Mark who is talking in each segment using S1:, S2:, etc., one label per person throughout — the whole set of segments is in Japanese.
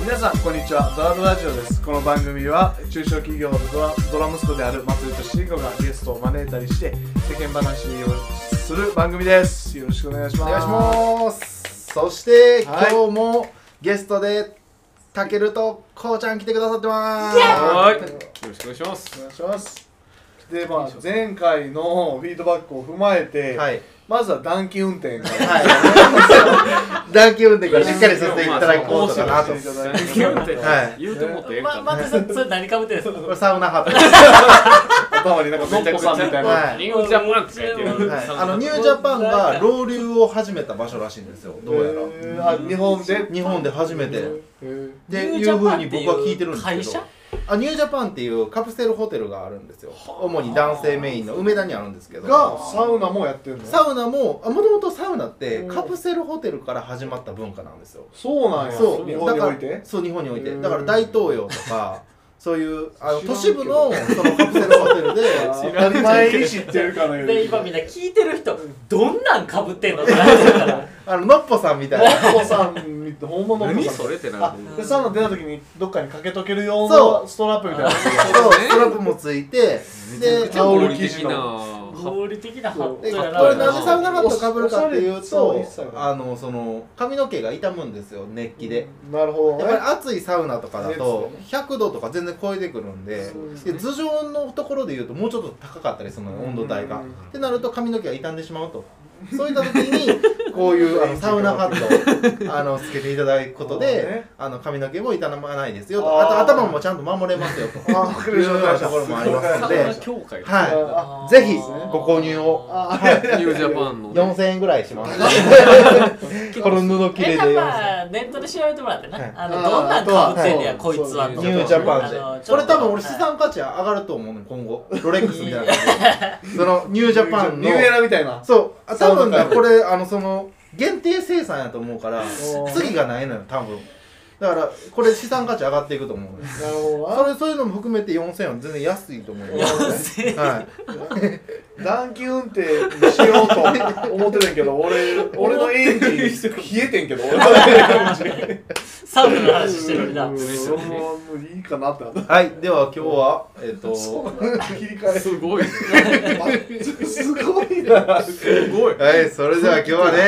S1: 皆さんこんにちはドラドラジオですこの番組は中小企業のドラドラ息子である松井と慎吾がゲストを招いたりして世間話をする番組ですよろしくお願いし
S2: お
S1: ます
S2: 願いしますそして、
S1: はい
S2: 今日もゲストでたけるとこうちゃん来てくださってます
S3: は
S1: はい
S3: い。よろしくお願いしま
S1: お
S3: す。
S1: 願いしますでまあ前回のフィードバックを踏まえて、
S2: はい
S1: まずは暖気運転から
S2: はい暖気運 転からしっかりさせていただこうとかなと
S1: 面白いですね
S3: 言うて、
S2: はい
S3: 言うてもっとええん
S4: ま
S3: か
S4: 待
S3: な。
S4: ってそそれ何かぶってるんですか
S2: これサウナハット
S1: 頭になんかめちゃくさんみたいな、
S2: はい
S3: リンゴジャムなんて書いてる。
S2: はい、あのニュージャパンが老流を始めた場所らしいんですよどうやら
S1: えーあ日本で
S2: 日本で初めて
S1: えー
S2: で
S4: ニュー
S2: い
S4: ジ
S2: う
S4: ャ
S2: ふ
S4: パ
S2: う
S4: ン
S2: に
S4: っていう
S2: 僕は聞いてるんですけど
S4: 会社
S2: あニュージャパンっていうカプセルホテルがあるんですよ主に男性メインの梅田にあるんですけど
S1: がサウナもやってるの
S2: サウナももともとサウナって
S1: うん
S2: カプセルホテルから始まった文化なんですよ
S1: そうなんや
S2: そう
S1: 日本におい
S2: だか
S1: て
S2: らそう日本において
S1: うん
S2: だから大東洋とかそういうあの
S1: 知ら
S2: 都
S1: ん
S2: 市部のそのカプセルホテルで
S1: 当たり前に知ってるかのように
S4: で今みんな聞いてる人どんなんかぶってんのって話だから
S2: あのノッポさんみた いな
S1: ノッポさん見て本物のノッ
S3: 何
S1: ポさん
S3: それってな
S1: あ
S3: る。
S1: でサウナ出た時にどっかにかけとける用
S2: そ
S1: のストラップみたいな
S2: そうストラップもついてで
S3: めち
S1: タ
S3: ゃ
S2: あ
S1: オ
S3: 合
S1: ル
S3: 理
S1: 生地
S3: 的
S1: の
S3: な。
S4: 合理的な
S1: そう
S4: 発
S2: で
S4: 想
S2: こ
S4: や
S2: れ
S4: な
S2: なぜサウナハットかぶるかっていう
S1: お
S2: と
S1: しゃれそう
S2: あのその髪の毛が傷むんですよ熱気で。
S1: なるほど
S2: やっぱり
S1: ね
S2: 暑いサウナとかだと
S1: 熱
S2: 100度とか全然超えてくるんで
S1: そうですね
S2: で頭上のところでいうともうちょっと高かったりするのよ温度帯が
S1: うん
S2: ってなると髪の毛が傷んでし まうとそういった時にこういうあのサウナハットをあのつけていただくこと
S1: あーね
S2: であの髪の毛も傷まないですよと
S1: あ
S2: あ
S1: ー
S2: と頭もちゃんと守れますよとい
S1: あ
S2: うよ
S1: わかりました
S2: うなところもあります
S3: サ
S2: の
S3: ウナ
S2: で、
S3: 協会。
S1: あ
S2: はい、ぜひご購入を
S1: あ
S3: ニュージャパンの。
S2: 4000円ぐらい しますこの布切
S4: え
S2: れで
S4: や
S2: 4000円
S4: っぱネットで調べてもらってな、
S2: はい
S4: あのどんなんかぶってんねや、こいつは
S3: そう
S2: ニュージャパン
S4: あの
S2: で
S4: ちょ
S2: こ
S4: っ
S2: れ
S4: と
S2: 多分俺資
S4: はい
S2: 産価値上がると思うね今後ロレックスみ たいな感じでそのニュージャパン
S1: ニ
S2: の
S1: ューエラみたいな
S2: そうあ多分
S1: サウナ
S2: な
S1: 界
S2: これあのその限定生産やと思うから
S1: おー
S2: 次がないのよ多分だからこれ資産価値上がっていくと思うのよ
S1: なるほどな
S2: それそういうのも含めて4000円は全然安いと思うよ
S4: 安い
S2: はい
S1: 暖気運転にしようと思ってたんやけど俺俺のエンジン冷えてんけど俺のエンジン
S4: サウナの話してるみんな
S1: うんもうもういいかなってな った
S2: はいでは今日はえっ、と
S1: 切り替え
S3: すごい。
S1: すごいな
S3: すごい。
S2: はいそれでは今日はね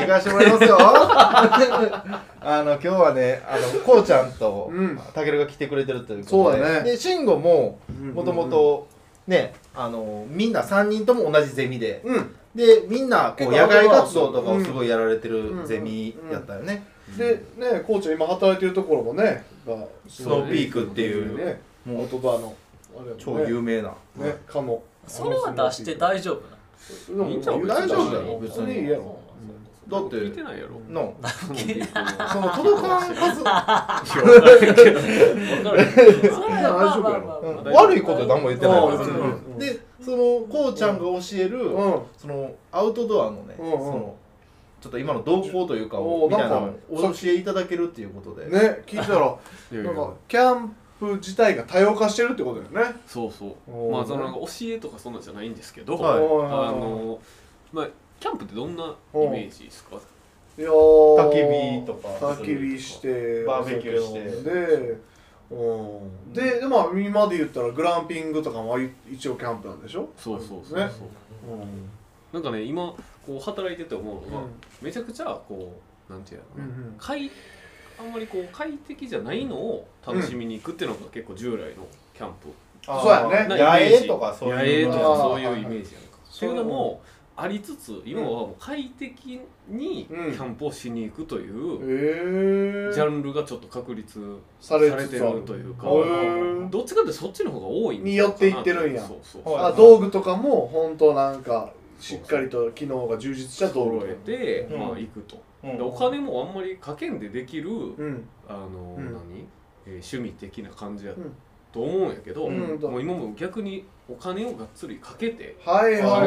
S2: 行かしてもらいま すよあの今日はねあのこうちゃんと
S1: うん
S2: たけるが来てくれてるということ
S1: そ
S2: で
S1: うだね
S2: で慎吾ももとも
S1: うんうん
S2: とねあのみんな3人とも同じゼミで
S1: うん
S2: でみんなこ
S1: 結
S2: う
S1: 構
S2: 野外活動とかをすごいやられてるゼミやったよね、
S1: でねコーチは今働いてるところもねが
S2: スノーピークっていう
S1: ね
S2: も
S1: オ
S2: う
S1: ートバーのあれやもんね
S2: 超有名な、
S1: ねかも
S4: それは出して大丈夫
S1: で
S4: な
S1: も
S3: いいんじゃん
S1: 大丈夫だよ
S2: 別
S1: 別
S2: に
S1: にいいやろ
S2: だって
S3: 聞いてないやろ。
S2: の
S3: そ
S2: その届かん数
S4: のわかるそれはまあまあまあ
S2: うん
S4: まあ
S2: 悪いことは何も言ってないから、
S3: うん
S1: うん
S2: でそのこうちゃんが教える、
S1: うん
S2: そのアウトドアのね、
S1: うんうん
S2: そのちょっと今の動向というか
S1: おー
S2: みたいなの
S1: なん
S2: を
S1: か
S2: 教えいただけるっていうことで、
S1: ね聞いた ら
S3: いやい
S1: な
S3: や
S1: んかキャンプ自体が多様化してるってことだよね
S3: そうそ
S1: おー
S3: う。まあそのなんか教えとかそんなんじゃないんですけど、
S2: はい
S3: あのまあキャンプってどんなイメージですか。
S1: いや焚
S2: 焚き火とか
S1: 焚き火して
S2: バーベキューして
S1: お酒飲んでうんででまあ今で言ったらグランピングとかも一応キャンプなんでしょ、
S3: そうそうそうそう。
S1: うん
S3: なんかね今こう働いてて思うのが、
S1: うん
S3: めちゃくちゃこうなんていう
S1: う
S3: の、うん快あんまりこう快適じゃないのを楽しみに行くっていうのが結構従来のキャンプ、
S2: あー
S1: そうやね
S3: な
S2: 野
S3: イメー
S2: 営
S3: ジ
S2: とかそういう
S3: 野営とか
S1: あー
S3: そういうイメージやんかそういうのもありつつ今はもう快適にキ
S1: うん
S3: ャンプをしに行くという、
S1: ええ
S3: ジャンルがちょっと確立
S1: さ
S3: さ
S1: れ
S3: れ
S1: つつある
S3: てるというか、
S1: へー
S3: どっちかってそっちの方が多いん
S1: に
S3: ちゃ
S1: よ
S3: う
S1: っ
S3: かな
S1: ていってるんや
S3: そうそう
S2: はい
S1: あ道具とかも本当なんかしっかりと機能が充実した道
S3: 揃
S1: 具
S3: えて、
S2: うん
S3: まあ行くと、
S2: うん
S3: でお金もあんまりかけんでできる、
S1: うん
S3: あの、
S1: うん
S3: 何、えー趣味的な感じや
S1: うん
S3: と思うんやけど、
S1: うん
S3: もう今も逆にお金をがっつりかけて、
S1: はいはいはいはい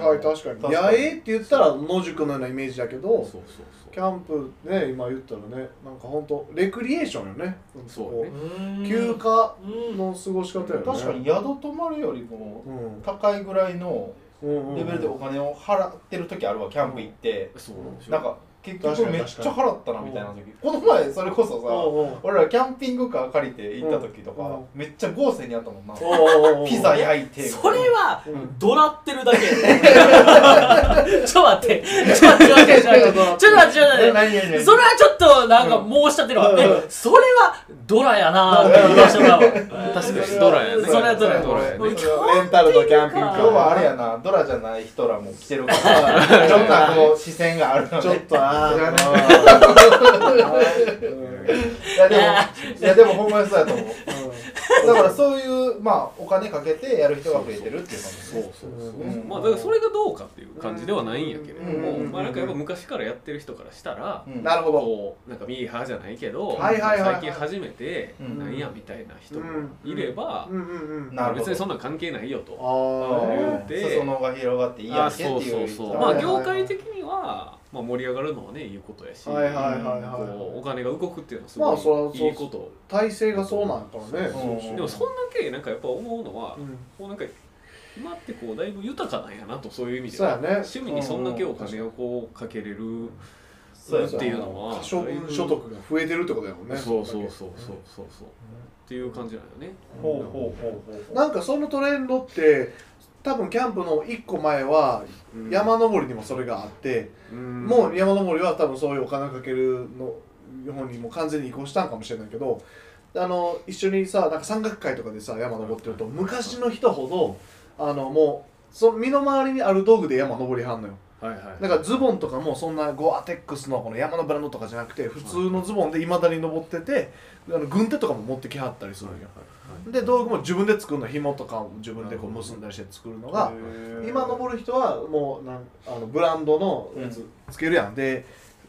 S1: はい
S2: あ
S1: 確かに
S2: 確
S1: 野
S2: かに
S1: 営って言ったら野宿のようなイメージだけど
S3: そうそう
S1: キ
S3: そう
S1: ャンプね今言ったらねなんか本当レクリエーションよね
S3: そうね
S1: こう休暇の過ごし方よね
S2: 確かに宿泊まるよりも
S1: うん
S2: 高いぐらいの
S1: うんうん
S2: レベルでお金を払ってる時あるわキャンプ行って、
S3: そうなんでしょ
S2: なんか結
S1: 確
S2: 局
S1: かに
S2: めっちゃ払ったなみたいな時この前それこ
S1: お
S2: そさ
S1: うおう
S2: 俺らキャンピングカー借りて行った時と
S1: うん
S2: か
S1: うん
S2: めっちゃ豪勢にあったもんな
S1: おうおうおう
S2: ピザ焼いて
S4: それは
S1: うん
S4: ドラってるだけ
S2: え何何
S4: ちょっと待ってちょっと待ってちょっと待ってちょっと待ってちょっと待って
S2: 何
S4: それはちょっとなんか申し立てるわ、
S1: うん
S4: えそれはドラやなーって言わせてもらうわ
S3: 確かにドラやね
S4: それはドラや
S3: ドラや
S4: もう
S3: ね
S4: キャン
S1: レンタルのキャンピングカ
S2: 今
S1: ー
S2: 日はあれやなドラじゃない人らも来てるからちょっとあの視線があるの
S1: ちょっ
S2: で
S1: とあ
S2: 知らない
S1: ー
S2: いやでも
S4: いや
S2: いやでもほんまにそうやと思う だからそういうまあお金かけてやる人が増えてるっていう感じ
S3: そうそうそう、
S2: うん
S3: まあだからそれがどうかっていう感じではないんやけれども、
S1: うん
S3: まあなんかやっぱ昔からやってる人からしたら、
S2: うん
S1: なるほど
S3: こうなんかミーハーじゃないけど、
S1: はいはいはいはい
S3: 最近初めて
S2: うん
S3: なんやみたいな人もいれば、
S1: うんうんうん
S2: なるほど
S3: 別にそんなん関係ないよと。
S1: あ
S3: で
S2: 裾野が広がっていいや
S3: あ
S2: んけって
S3: そう
S2: い
S3: そううそう
S2: 人
S3: ま
S1: は
S3: あ
S1: いはいはい
S3: 業界的には、まあ、盛り上がるのはねいいことやし、
S1: あはいはいはい
S3: こう
S1: は
S3: お金が動くっていうのはす
S1: まあそらそう
S3: ご
S1: っ
S3: い
S1: す
S3: いいこと、
S1: い体制がそうなんからね
S2: そうそう
S3: でもそんだけなんかやっぱ思うのは、
S1: うん
S3: こうなんか今ってこうだいぶ豊かなんやなとそういう意味で
S1: そう
S3: は
S1: やね
S3: 趣味にそんだけお金をこうかけれる
S2: そうや
S3: っていうのは
S1: 可処分所得が増えてるってことやもんね
S3: そうそうそうそうそうそうっていう感じなんよね
S2: ほうほうほうほう
S1: なんかそのトレンドって多分キャンプの1個前は山登りにもそれがあって、もう山登りは多分そういうお金かけるの方にもう完全に移行したんかもしれないけどあの一緒にさなんか山岳会とかでさ山登ってると昔の人ほどあのもうその身の回りにある道具で山登りはんのよ
S3: はいはい
S1: だからズボンとかもそんなゴアテックスのこの山のブランドとかじゃなくて普通のズボンでいまだに登っててあの軍手とかも持ってきはったりするんよ、で道具も自分で作るの紐とかを自分でこう結んだりして作るのが今登る人はもうなんあのブランドのやつつけるやんで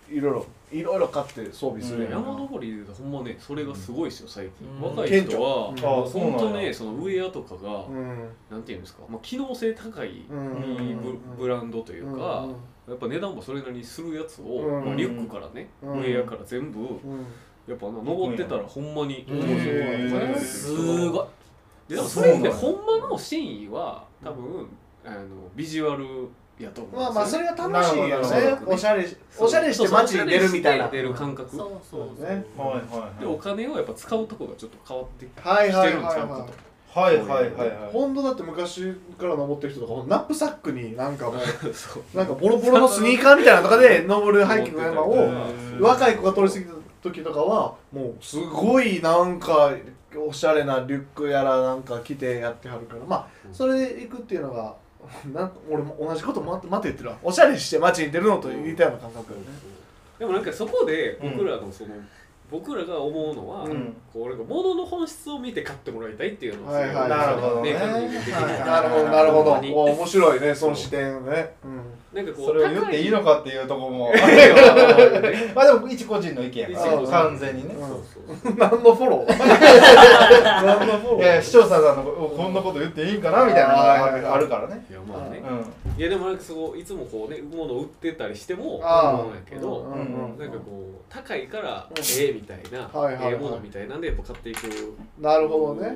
S1: いろいろいろいろ買って装備するやん、
S2: うん
S3: 山登りで言うとほんまねそれがすごいですよ最近、
S4: うん
S3: 若い人は
S1: 顕
S2: 著うんあそうなん
S3: 本
S2: や
S3: 当ねそのウェアとかが、
S1: うん
S3: なんていうんですか、まあ、機能性高い、
S1: うん
S3: いいブブランドと
S1: と
S3: いうか、やっぱ値段もそれなりにするやつを、
S1: うん
S3: まあ、リュックからね、
S1: うん
S3: ウェアから全部やっぱな登ってたらほんまに面白い
S1: へ
S3: お金かけてる人
S1: ー
S3: が
S4: すごい
S3: でもそれってほんまの真意は多分あのビジュアルやと思うんですよ
S1: まあまあそれが楽しい
S2: なる
S1: よ
S2: ほど
S1: ね
S2: なるほど
S1: おしゃれし
S3: そう
S1: おしゃれして街に出るみたいな
S3: おしゃれして出る感覚
S4: そうそうそう
S1: ね
S2: はい
S3: でお金をやっぱ使うとこがちょっと変わってきて
S1: はいはい
S3: るん
S1: はい
S3: ちゃう
S1: は
S3: か
S1: い
S2: はいはいはいはいはい
S1: 本当だって昔から登ってる人とかもナップサックになんかもう
S3: と そう
S1: なんかボロボロのスニーカーみたいなのとかで登るハイキングの山
S3: 思
S1: を
S3: ってたりとか
S1: 若い子が通り過ぎた時とかはもうすごいなんかおしゃれなリュックやらなんか着てやってはるからまあ
S3: うん
S1: それで行くっていうのがなん俺も同じことままた言ってるわおしゃれして街に出るのと似たような感覚よね
S3: でもなんかそこで僕らのその、僕らが思うのは、
S1: うん
S3: こうなんか物の本質を見て買ってもらいたいっていうの
S1: はいはい
S2: なるほどね
S3: ね感じに出てきた
S2: はい
S1: なるほどなるほど
S3: ほんまに
S1: お面白いねその視点ね
S3: なんかこう
S2: それを言っていいのかっていうとこも
S3: 高い
S2: まあでも一個人の意見やか
S1: 一個
S2: ら
S1: 人
S2: 完全にね
S1: うん
S3: そうそうそう
S1: うん 何のフォ ロー何のフォロー
S2: いや視聴者さんのこんなこと言っていいんかなみたいなのがあるからね
S3: いやまあね、
S2: う
S3: いやでもなんかそういつもこうね物を売ってたりしても
S1: あ
S3: 思うんやけど、
S1: うんうんうん
S3: なんかこう高いから
S1: うん
S3: ええみたいな、
S1: はいはいはい
S3: ええものみたいなんでやっぱ買っていく
S1: なるほどね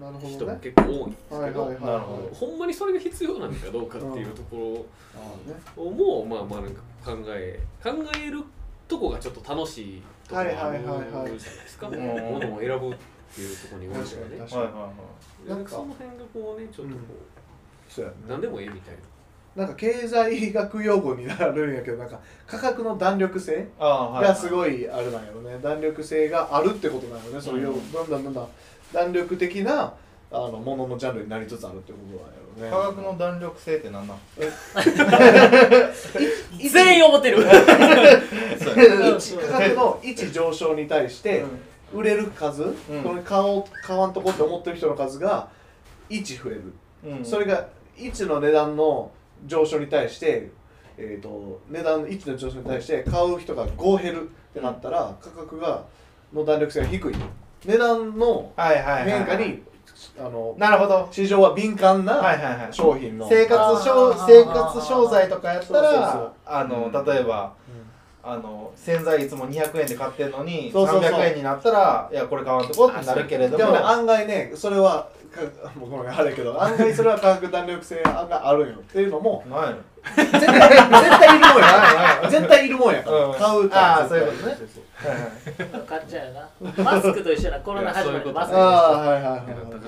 S1: なるほ
S3: 人
S1: ど
S3: も
S1: ね
S3: 結構多いんですけど、
S1: はいはいはい
S2: なるほ
S3: ほんまにそれが必要なのかどうかっていうとこ
S1: あね
S3: ろも、まあまあなんか考え考えるとこがちょっと楽しいところがあるじゃないですか、
S2: はいはいはいはい
S3: 物を選ぶっていうところにおいては
S1: 確か
S3: ね
S1: に
S2: んはいは
S3: なんかその辺がこうねちょっとこう、
S1: そうやね
S3: 何でもええみたいな
S1: なんか経済学用語になるんやけどなんか価格の弾力性
S2: いはい
S1: がす
S2: い
S1: ごいあれなんよね弾力性があるってことなんよねそういう
S2: うん
S1: どんどんどんどん弾力的なあのもののジャンルになりつつあるってことなんや
S2: 価
S1: ろうね
S2: 格の弾力性って何なの
S4: 全員思ってる
S1: 一価格の位置上昇に対して売れる数、
S2: ん
S1: この買おう買わんとこって思ってる人の数が1増える、
S2: うん
S1: それが1の値段の上昇に対してえー、と値段の1の上昇に対して買う人が5減るってなったら価格がの弾力性が低い値段の
S2: はいはいはい
S1: 変化にあの
S2: なるほど
S1: 市場は敏感
S2: はい
S1: な
S2: はいはい
S1: 商品の、
S2: 生活商
S4: あー
S2: 生活商材とかやった
S1: そうそうそう
S2: らあの
S3: うん
S2: 例えば
S1: うん
S2: あの洗剤いつも200円で買ってんのに
S1: そうそうそう
S2: 300円になったらいやこれ買わんとこってなるけれど
S1: で
S2: も
S1: もね案外ねそれ はかもうこのあれやけど案外それは価格弾力性が案外あるんよっていうのも
S2: ないの
S1: 絶対 絶対いるもんや
S2: うん
S1: 絶対いるもんやから、
S2: うん
S1: 買うか
S2: あ
S1: ら
S2: あそういうことね
S1: 絶対
S2: はいはい
S4: 買っちゃうよなマスクと一緒だコロナ始まりのマ
S1: あ
S4: スクと
S1: あはいはいはい、
S3: 高くとかね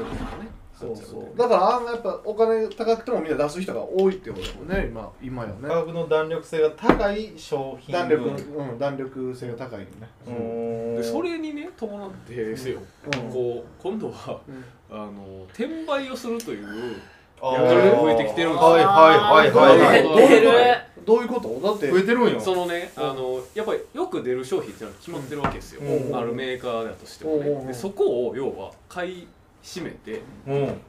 S1: そうそうだからあんまやっぱお金高くてもみんな出す人が多いってことだもんね今今や
S2: 価
S1: ね
S2: 格の弾力性が高い商品
S1: 弾力、うん、弾力性が高いよね
S2: うん
S3: でそれにね伴ってですよ、
S1: うん
S3: こう今度は
S1: うん
S3: あの転売をするという
S2: あー
S3: やっぱり増えてきてるんですよ
S2: はいはいはいはい
S1: ど
S4: 増
S1: う
S4: えてる
S1: どういうことだって
S2: 増えてるんよ
S3: そのねあのやっぱりよく出る商品っていうのは決まってるわけですよ、
S2: うん
S3: あるメーカーだとしてもね、
S1: うん
S3: でそこを要は買い占めて
S2: うん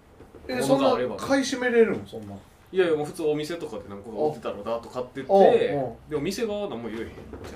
S1: えそん
S3: 物があれば
S1: な買い占めれるのそんない
S3: やいやもう普通お店とかで何個か売ってたらだと買ってって
S1: おう
S3: でも店側は何も言えへん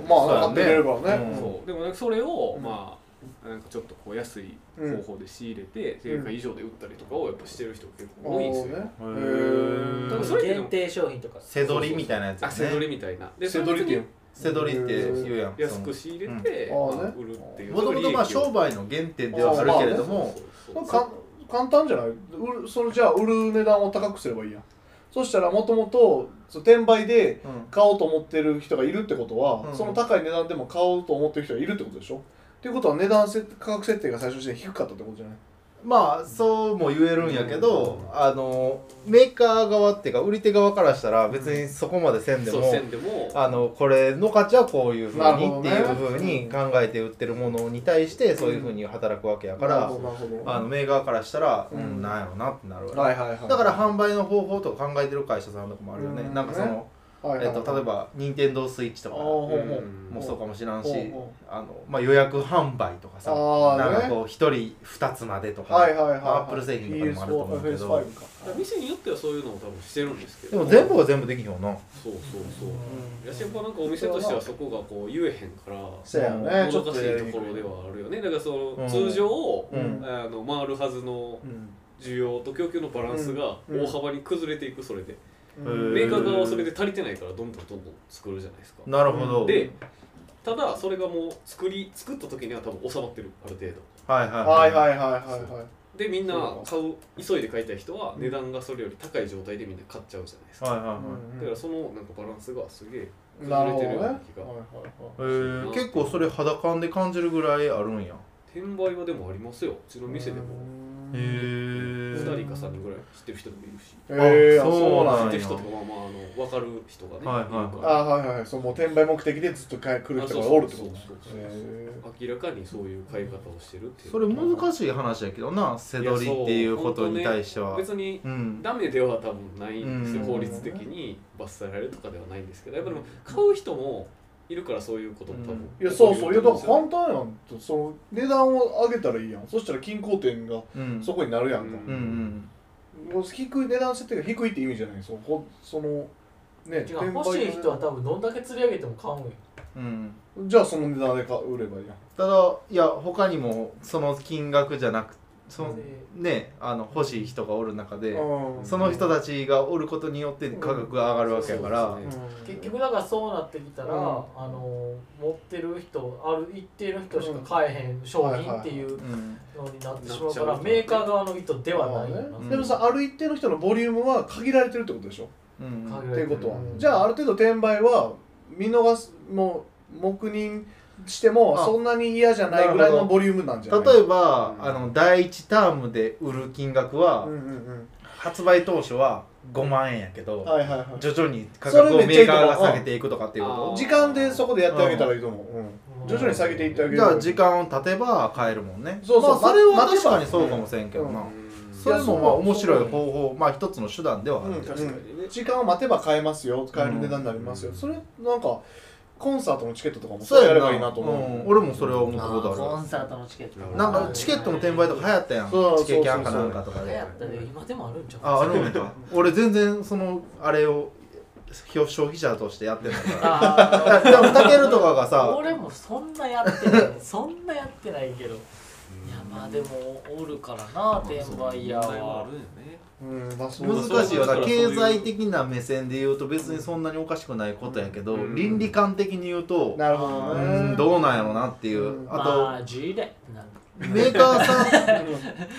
S1: まあ
S2: そうやね
S1: 買ってくれるからね
S2: うん
S3: そうでもなんかそれを、
S1: うん
S3: まあなんかちょっとこう安い方法で仕入れて、
S1: うん
S3: 定価以上で売ったりとかをやっぱしてる人結構
S1: 多
S3: 多い
S1: い
S3: ん
S1: で
S3: ですすよ、
S1: ね
S2: へ
S1: ー
S3: だからそれ
S4: 限定商品とか
S2: せどりみたいなやつね
S3: あ背取りみたいなで
S1: 背取りっていう
S2: せどりって言うやん
S3: 安く仕入れて、
S1: うんあーね
S3: まあ売るっていう
S2: もともとまあ
S3: 利益を
S2: 商売の原点ではあるけれども
S3: そうそうそう
S1: まあか簡単じゃない売るそれじゃあ売る値段を高くすればいいやんそしたらもともと転売で
S2: うん
S1: 買おうと思ってる人がいるってことは、
S2: うん
S1: その高い値段でも買おうと思ってる人がいるってことでしょっていうことは値段せ価格設定が最初して低かったってことじゃない
S2: まあそうも言えるんやけどあのメーカー側っていうか売り手側からしたら別にそこまでせんで
S3: そう
S2: も
S3: 線でも
S2: あのこれの価値はこういうふ
S1: な
S2: う
S1: る
S2: に
S1: ほど
S2: って
S1: ね
S2: いうふうに考えて売ってるものに対してそういうふうに働くわけやか
S1: な
S2: ら、
S1: るほどなるほど
S2: あのメーカーからしたら、
S1: う
S2: うんん、なんやろなってなるわけ、
S1: はいはいはい
S2: だから販売の方法とか考えてる会社さんとかもあるよね、
S1: うん
S2: なんかその、
S1: はいはい
S2: えっと、例えば任天堂スイッチと
S1: あー
S2: か
S1: ほうほう
S3: うん
S2: もそうかもしらんし、
S1: うんうん
S2: あのまあ、予約販売とかさ
S1: あーね
S2: なんかこう1人2つまでとか、
S1: はいはいはいはい
S2: まあアップル製品とかでもあると思うけど
S1: PS4 か
S3: 店によってはそういうのを多分してるんですけ
S2: で
S3: ど
S2: も全部は全部できひんよな
S3: そうそうそうやしやっぱなんかお店としてはそこがこう言えへんから
S1: そうやね
S3: 難しい
S1: ちょ
S3: と
S1: っと
S3: ころではあるよねだからその
S2: うん
S3: 通常を
S2: うん
S3: あの回るはずの
S1: うん
S3: 需要と供給のバランスが
S1: うん
S3: 大幅に崩れていくそれで
S1: うん
S3: メーカー側はそれで足りてないからどんどんどんどん作るじゃないですか
S2: なるほど、
S3: でただそれがもう作り作った時には多分収まってるある程度
S2: はいはい
S1: はいはいいはいはいはい
S3: でみんな買う急いで買いたい人は値段がそれより高い状態でみんな買っちゃうじゃないですか
S2: はいはいはい
S3: だからそのなんかバランスがすげえ
S1: なるほどね。
S3: 崩れてるよう
S1: はい
S3: な
S1: は
S3: 気が
S2: えー、結構それ肌感で感じるぐらいあるんや
S3: 転売はでもありますようちの
S1: い。
S3: 店でも
S2: へえ
S1: え。
S3: 2人
S2: ー、
S3: か3人ぐらい知ってる人でもいるし
S1: ええ、
S2: あそうなんや
S3: 知ってる人とかまあまああの分かる人がね
S2: はいはいはい
S3: る
S1: あ
S3: から
S1: はいはいはい。そのもう転売目的でずっと買い来る人がおるってことね
S3: あそうそうそうそう
S1: へ
S3: 明らかにそういう買い方をしてるっていう
S2: それ難しい話やけどなせどりっていうことに対しては
S3: 別に
S2: うん
S3: ダメでは多分ないんですよ
S2: うん
S3: 法律的に罰せられるとかではないんですけどやっぱでも買う人もいるからそういうことも多分
S1: えいやそうそういやだから簡単やんその値段を上げたらいいやんそしたら均衡点が
S2: うん
S1: そこになるやんか、
S2: うんうん
S1: もう低い値段設定が低いって意味じゃないそのこそのね
S4: 違う欲しい人は多分どんだけ釣り上げても買うんよ
S2: うん
S1: じゃあその値段で買売ればいいやん
S2: ただいや他にもその金額じゃなくそのねあの欲しい人がおる中で
S1: うん
S2: その人たちがおることによって価格が上がるわけやから
S3: そううん
S4: 結局だからそうなってきたら、
S1: うん
S4: あの持ってる人ある一定の人しか買えへん商品っていう
S2: うん
S4: のになってしまうか
S3: なっちゃ
S4: ら
S3: う
S4: メーカー側の意図ではないよ
S1: ま
S4: な、
S1: あねでもさある一定の人のボリュームは限られてるってことでしょ
S2: うん
S4: 考
S1: っ
S4: え
S1: ていうことは、
S4: うん
S1: じゃあある程度転売は見逃すもう黙認しても
S2: あ
S1: そんなに嫌じゃないぐらいのボリュームなんじゃない
S2: 例え
S1: ば、
S2: ば
S3: うん
S2: あの第1タームで売る金額は
S1: うんうん
S2: 発売当初は5万円やけ
S1: うん、
S2: ど
S1: はいはいは
S2: 徐々に価格をメーカーが下げていくとかっていう
S3: あ
S2: こ
S1: い
S3: ー
S1: 時間でそこでやってあげたらいいと思う、うん
S4: うん
S1: 徐々に下げていってあ
S2: と
S1: げる
S2: じゃあ時間を経てば買えるもんね
S1: そうそう
S2: まあそれは
S1: 待て
S2: 確
S1: ば
S2: かにそうかもしれんけどな、
S3: うん
S2: それもまあ面白い方法まあ一つの手段ではある、
S1: うん
S3: 確かにね
S1: 時間を待てば買えますよ買える値段になりますよ、
S3: うん
S1: それなんかコンサートのチケットとかもそうやればいいなと思う、
S2: ん俺もそれは思ったこ
S4: コ
S2: とあ
S4: ンサートのチケット
S2: るなんかチケットの転売とか流行ったやん
S1: そう
S2: チケキャンかなんかとか
S4: 流
S2: で
S4: 行ったで今でもあるんちゃう
S2: ああるんだ俺全然そのあれを消消費者としてやってないか
S4: あ
S2: らでもタケルとかが
S4: ー
S2: さ
S4: 俺もそんなやってないそんなやってないけどいやまあでもおるからな転売屋
S3: 問題はあ
S4: は
S3: るよね
S1: うんまあそうだ
S2: 難しいよ
S3: そうそうそうそ
S2: な
S3: う
S2: 経済的な目線で言うと別にそんなにおかしくないことやけど、
S3: うん
S2: 倫理観的に言うと
S1: なるほど
S2: う
S1: ね
S2: んどうなんやろなっていう、
S1: うん
S2: あと、
S4: まあ G でなんか
S2: メーカーさん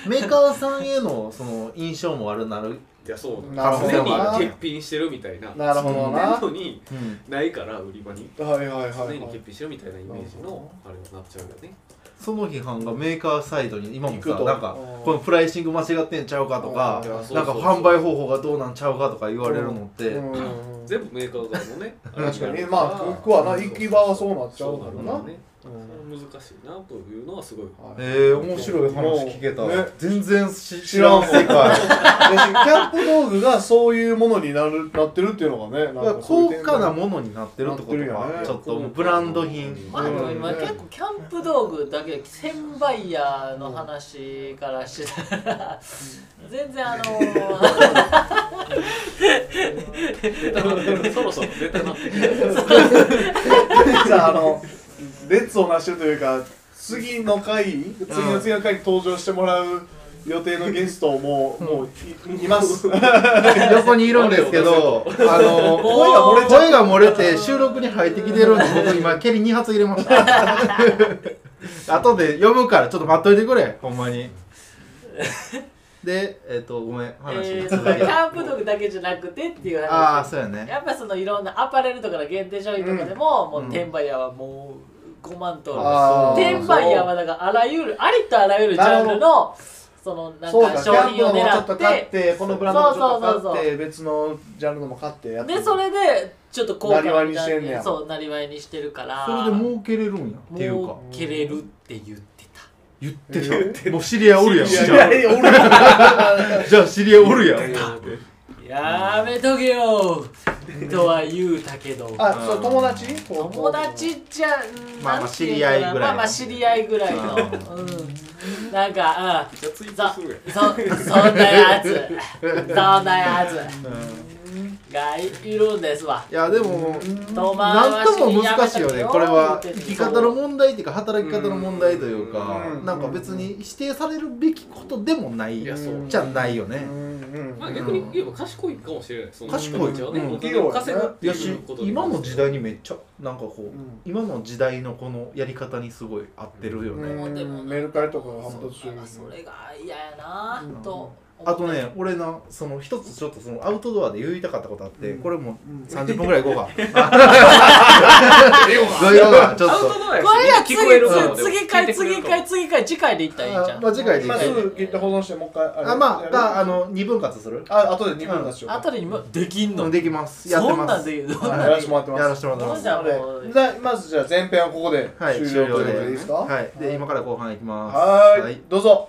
S2: メーカーさんへのその印象も悪なる、
S3: いやそう
S1: な
S2: るほど
S3: 常に欠品してるみたいな
S1: なるほどな
S3: 常に
S2: うん、
S3: ないから売り場に
S1: はいはい
S3: 常
S1: はい、
S3: に
S1: はい
S3: 欠品してるみたいなイメージのあれになっちゃうよね
S2: その批判がメーカーサイドに今もさ
S1: 行くと
S2: なんか
S1: うん
S2: このプライシング間違ってんちゃうかとか
S1: うん
S3: いやそう
S2: なんか販売方法がどうなんちゃうかとか言われるのって、
S1: うんうんうん
S3: 全部メーカー側のね
S1: 確かに
S3: あれ
S1: まあ
S3: から
S1: 僕はな行き場はそうなっちゃう
S3: そ
S1: か
S3: う
S1: らな
S3: なるからね
S1: うん
S3: 難しいなというのはすごい
S1: はい
S2: えー、面白い話聞けた、
S1: もうね
S2: 全然し
S1: 知らん
S2: 世界だ
S1: でキャンプ道具がそういうものになるなってるっていうのがね
S2: から高価なものになってるってこ
S1: な
S2: と
S1: ってるよ
S2: か、
S1: ね
S2: ちょっともうブランド品
S3: うん
S4: まあでも今結構キャンプ道具だけ専売屋の話からしてたら全然あの
S3: そろそろ出た なって
S1: じゃああの 列をなしてるというか次の回次の次の回に登場してもらう予定のゲストももういいます
S2: 横にいるんですけど、あの
S4: 声
S2: 声が
S4: が
S2: 漏
S4: 漏
S2: れ
S4: れ
S2: 声が漏れて収録に入ってきてるんで、僕 今蹴り2発入れました。 後で読むからちょっと待っといてくれ、ほんまに。で、えっ、とごめん話
S4: えー
S2: の
S4: その
S2: 続
S4: キ
S2: き。
S4: ャンプ道具だけじゃなくてっていう話
S2: ああそうやね。
S4: やっぱそのいろんなアパレルとかの限定商品とかでも、もう転売屋はもう5万と
S1: あー
S4: 転売屋はだからあらゆるありとあらゆるジャンルのそのなん
S1: そうか
S4: か
S1: キ
S4: 商
S1: ャンプ
S4: 品を
S1: のもちょ
S4: 狙
S1: っと
S4: っ
S1: 買っててこのブランドもちょっ
S4: そ
S1: と
S4: うそう
S1: 買
S4: そ
S1: っ
S4: う
S1: て別のジャンルのも買ってやって
S4: でそれでちょっと高価な
S1: なりわいにしてんねや
S4: そうなりわいにしてるから
S2: それで儲けれるんやっていうか
S4: 儲けれるって言ってた
S2: 言ってた。 もう知り合いおるやん。
S1: い
S2: じ
S1: やい
S2: ゃ
S1: やいや俺も
S2: あじゃあ知り合いおるやん。
S4: やめとけよとは言うたけど
S1: あそう友達
S4: 友達じゃうん
S2: まあまあ
S4: なんて
S2: 知
S4: う
S2: り
S4: かな
S2: 合いぐらいの
S4: まあまあ知り合いぐらいの
S2: う
S4: うんなんかうん
S3: じゃあツイートするやん
S4: そそんなやつそんなやつがいるんですわ
S2: いやでも。
S4: 遠回
S2: なん
S4: しに
S2: とも難しいよねこれは
S4: や
S2: 生
S4: めとけ
S2: き
S4: よ
S2: 方の問題っていうか働き方の問題というか
S1: うん
S2: なんか別に否定されるべきことでもない
S3: いやそう
S2: じゃないよ
S1: う
S2: ね
S1: ん
S3: まあ逆に言えば賢いかもしれないその
S2: 賢い
S3: 人たちはね
S2: うん
S3: お金を稼ぐって
S2: いやし
S3: いうことに
S2: 今
S3: 関して
S2: の時代にめっちゃなんかこう、
S1: ん
S2: 今の時代のこのやり方にすごい合ってるよね、
S1: うん
S4: でも
S1: メルカリとかが発達してる
S4: それが嫌やな
S1: うん
S4: と
S2: あとね俺なその一つちょっとそのアウトドアで言いたかったことあって、
S1: うん
S2: これも
S1: うん
S2: 30分ぐらい行こう かどういうのかちょっ
S3: アウ
S2: と
S3: トドアやし
S4: これが
S3: 聞
S4: 次
S3: こえるから
S4: 次
S3: 聞
S4: 次
S3: い
S4: 回
S3: てくれ
S4: 次
S3: るか
S4: 回
S3: も
S4: 次回次回でいったらいいんじゃ
S2: あ
S4: ん
S2: まあ次回で
S1: 今す
S2: いい
S1: ぐ切って保存してもう一回れ
S2: あまあがあ
S1: やる
S2: の2分割する
S1: あ後で2分出しよう
S4: あ
S1: か
S4: たりにもできんの
S2: できますやって
S4: そん
S2: ま
S4: なん
S2: す
S4: で言うの
S1: はいやらせてもらって
S2: や
S1: ま
S2: らせ
S1: す
S2: てもらってます
S4: じゃあも
S1: で
S4: う
S1: じゃあまずじゃあ前編はここで
S2: はい、
S1: 終
S2: 終
S1: 了
S2: 了
S1: という
S2: で
S1: ことでいいですか
S2: はい、で、今から後半いきます。
S1: はーいどうぞ